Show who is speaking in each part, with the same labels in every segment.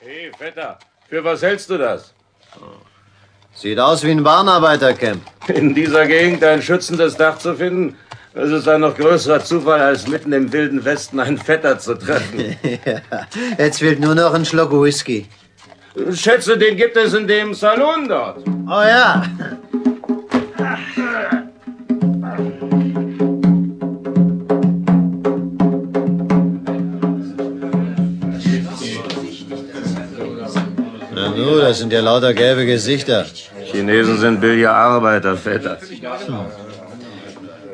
Speaker 1: Hey, Vetter, für was hältst du das?
Speaker 2: Sieht aus wie ein Bahnarbeitercamp.
Speaker 1: In dieser Gegend ein schützendes Dach zu finden, das ist ein noch größerer Zufall, als mitten im wilden Westen einen Vetter zu treffen.
Speaker 2: Jetzt fehlt nur noch ein Schluck Whisky.
Speaker 1: Schätze, den gibt es in dem Salon dort.
Speaker 2: Oh ja. Na nu, das sind ja lauter gelbe Gesichter.
Speaker 1: Chinesen sind billige Arbeiter, Vetter.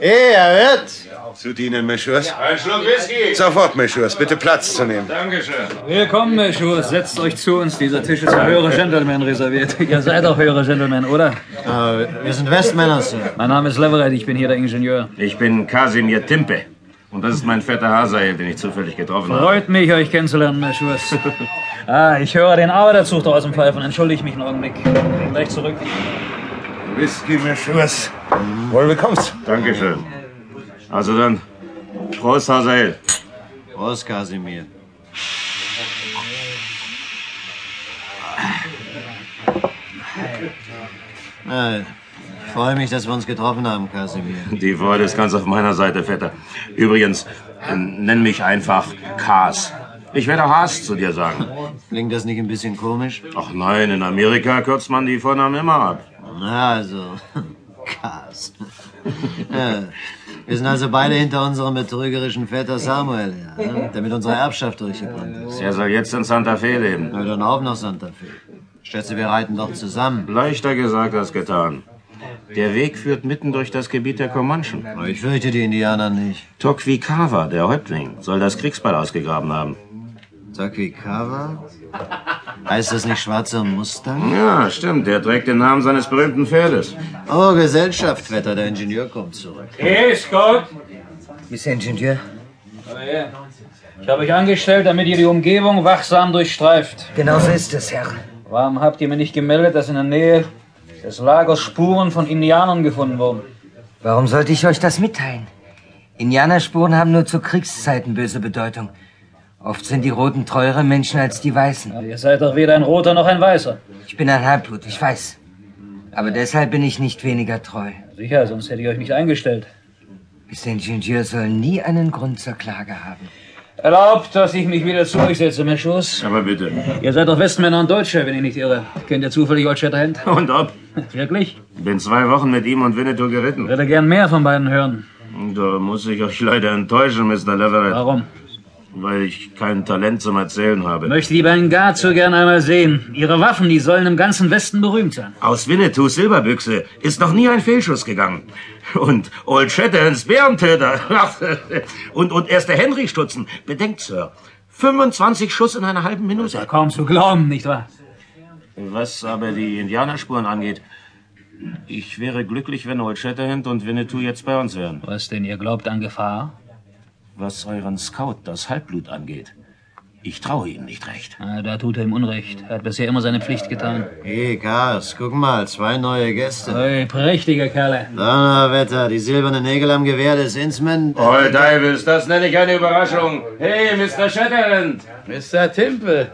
Speaker 2: Hey, Herr Wirt.
Speaker 3: Zu dienen, Messieurs.
Speaker 1: Ein Schluck Whisky.
Speaker 3: Sofort, Messieurs, bitte Platz zu nehmen.
Speaker 1: Dankeschön.
Speaker 4: Willkommen, Messieurs. Setzt euch zu uns. Dieser Tisch ist für höhere Gentlemen reserviert. Ihr seid auch höhere Gentlemen, oder?
Speaker 2: Äh, wir sind Westmänner, Sir.
Speaker 4: Mein Name ist Leverett. Ich bin hier der Ingenieur.
Speaker 1: Ich bin Kasimir Timpe. Und das ist mein Vetter Hasael, den ich zufällig getroffen habe.
Speaker 4: Freut mich, euch kennenzulernen, Messieurs. Ah, ich höre den Arbeiterzug draußen pfeifen. Entschuldigt mich einen Augenblick. Bin gleich zurück.
Speaker 3: Whisky, Messieurs. Wohl bekommst.
Speaker 1: Dankeschön. Also dann, Prost, Hasael.
Speaker 2: Prost, Kasimir. Na, ich freue mich, dass wir uns getroffen haben, Kasimir.
Speaker 1: Die Freude ist ganz auf meiner Seite, Vetter. Übrigens, äh, nenn mich einfach Kaas. Ich werde auch Haas zu dir sagen.
Speaker 2: Klingt das nicht ein bisschen komisch?
Speaker 1: Ach nein, in Amerika kürzt man die Vornamen immer ab.
Speaker 2: Na, also, Kas. Ja, wir sind also beide hinter unserem betrügerischen Vetter Samuel her, ne? damit unsere Erbschaft durchgebrannt ist.
Speaker 1: Er soll jetzt in Santa Fe leben.
Speaker 2: Na, dann auf nach Santa Fe. Schätze, wir reiten doch zusammen.
Speaker 1: Leichter gesagt als getan. Der Weg führt mitten durch das Gebiet der Comanchen.
Speaker 2: Aber ich fürchte die Indianer nicht.
Speaker 1: Tokvikawa, der Häuptling, soll das Kriegsbeil ausgegraben haben.
Speaker 2: Takikawa? Heißt das nicht schwarzer Mustang?
Speaker 1: Ja, stimmt. Der trägt den Namen seines berühmten Pferdes.
Speaker 2: Oh, Gesellschaft, Vetter, der Ingenieur kommt zurück.
Speaker 4: Hey, Scott.
Speaker 2: Mr. Ingenieur?
Speaker 4: Komm her. Ich habe euch angestellt, damit ihr die Umgebung wachsam durchstreift.
Speaker 2: Genau so ist es, Herr.
Speaker 4: Warum habt ihr mir nicht gemeldet, dass in der Nähe des Lagers Spuren von Indianern gefunden wurden?
Speaker 5: Warum sollte ich euch das mitteilen? Indianerspuren haben nur zu Kriegszeiten böse Bedeutung. Oft sind die Roten teure Menschen als die Weißen.
Speaker 4: Ihr seid doch weder ein Roter noch ein Weißer.
Speaker 5: Ich bin ein Halbblut, ich weiß. Aber deshalb bin ich nicht weniger treu.
Speaker 4: Sicher, sonst hätte ich euch nicht eingestellt.
Speaker 5: Mr. Ingenieur soll nie einen Grund zur Klage haben.
Speaker 4: Erlaubt, dass ich mich wieder zu euch setze, Herr Schuss.
Speaker 1: Aber bitte.
Speaker 4: Ihr seid doch Westmänner und Deutsche, wenn ich nicht irre. Kennt ihr zufällig Old Shatterhand?
Speaker 1: Und ob?
Speaker 4: Wirklich?
Speaker 1: Bin zwei Wochen mit ihm und Winnetou geritten.
Speaker 4: Würde gern mehr von beiden hören.
Speaker 1: Da muss ich euch leider enttäuschen, Mr. Leverett,
Speaker 4: Warum?
Speaker 1: weil ich kein Talent zum Erzählen
Speaker 4: Ich
Speaker 1: habe.
Speaker 4: möchte die beiden gar zu gern einmal sehen. Ihre Waffen, die sollen im ganzen Westen berühmt sein.
Speaker 1: Aus Winnetous Silberbüchse ist noch nie ein Fehlschuss gegangen. Und Old Shatterhands Bärentöter. Und, und erst der Henry Stutzen. Bedenkt, Sir, 25 Schuss in einer halben Minute.
Speaker 4: Kaum zu glauben, nicht wahr?
Speaker 1: Was aber die Indianerspuren angeht, ich wäre glücklich, wenn Old Shatterhand und Winnetou jetzt bei uns wären.
Speaker 4: Was denn, ihr glaubt an Gefahr?
Speaker 1: Was euren Scout, das Halbblut, angeht, ich traue ihm nicht recht.
Speaker 4: Ah, da tut er ihm Unrecht. Er hat bisher immer seine Pflicht getan.
Speaker 2: Hey, Kas, guck mal, zwei neue Gäste.
Speaker 4: Hey, prächtiger Kerle.
Speaker 2: Donnerwetter, die silbernen Nägel am Gewehr des Innsmen.
Speaker 1: Old Divels, das nenne ich eine Überraschung. Hey, Mr. Shatterhand,
Speaker 6: Mr. Timpel,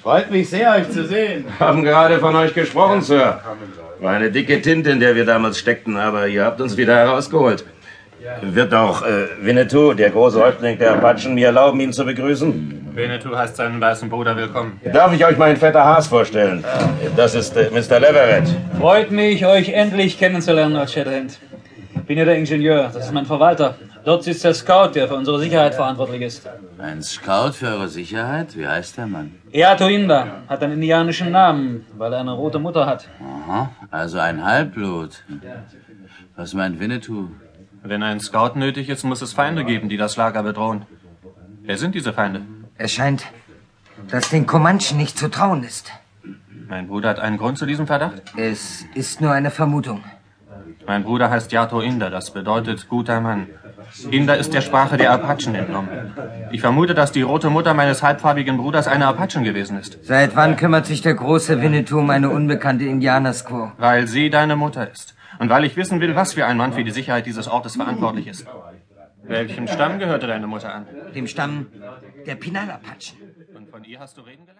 Speaker 6: freut mich sehr, euch zu sehen.
Speaker 1: haben gerade von euch gesprochen, Sir. War eine dicke Tinte, in der wir damals steckten, aber ihr habt uns wieder herausgeholt. Wird auch äh, Winnetou, der große Häuptling der Apachen, mir erlauben, ihn zu begrüßen?
Speaker 6: Winnetou heißt seinen weißen Bruder willkommen.
Speaker 1: Darf ich euch meinen Vetter Haas vorstellen? Das ist äh, Mr. Leverett.
Speaker 4: Freut mich, euch endlich kennenzulernen, Lord Shatterhand. Bin ja der Ingenieur, das ist mein Verwalter. Dort sitzt der Scout, der für unsere Sicherheit verantwortlich ist.
Speaker 7: Ein Scout für eure Sicherheit? Wie heißt der Mann?
Speaker 4: Eatoinda hat einen indianischen Namen, weil er eine rote Mutter hat.
Speaker 7: Aha, also ein Halbblut. Was meint Winnetou?
Speaker 6: Wenn ein Scout nötig ist, muss es Feinde geben, die das Lager bedrohen. Wer sind diese Feinde?
Speaker 5: Es scheint, dass den Comanchen nicht zu trauen ist.
Speaker 6: Mein Bruder hat einen Grund zu diesem Verdacht.
Speaker 5: Es ist nur eine Vermutung.
Speaker 6: Mein Bruder heißt Yato Inder, das bedeutet guter Mann. Inder ist der Sprache der Apachen entnommen. Ich vermute, dass die rote Mutter meines halbfarbigen Bruders eine Apachen gewesen ist,
Speaker 5: Seit wann kümmert sich der große Winnetou um eine unbekannte Indianersquaw?
Speaker 6: weil sie deine Mutter ist. Und weil ich wissen will, was für ein Mann für die Sicherheit dieses Ortes verantwortlich ist. Welchem Stamm gehörte deine Mutter an?
Speaker 5: Dem Stamm der Pinal-Apachen.
Speaker 6: Und von ihr hast du reden gelernt?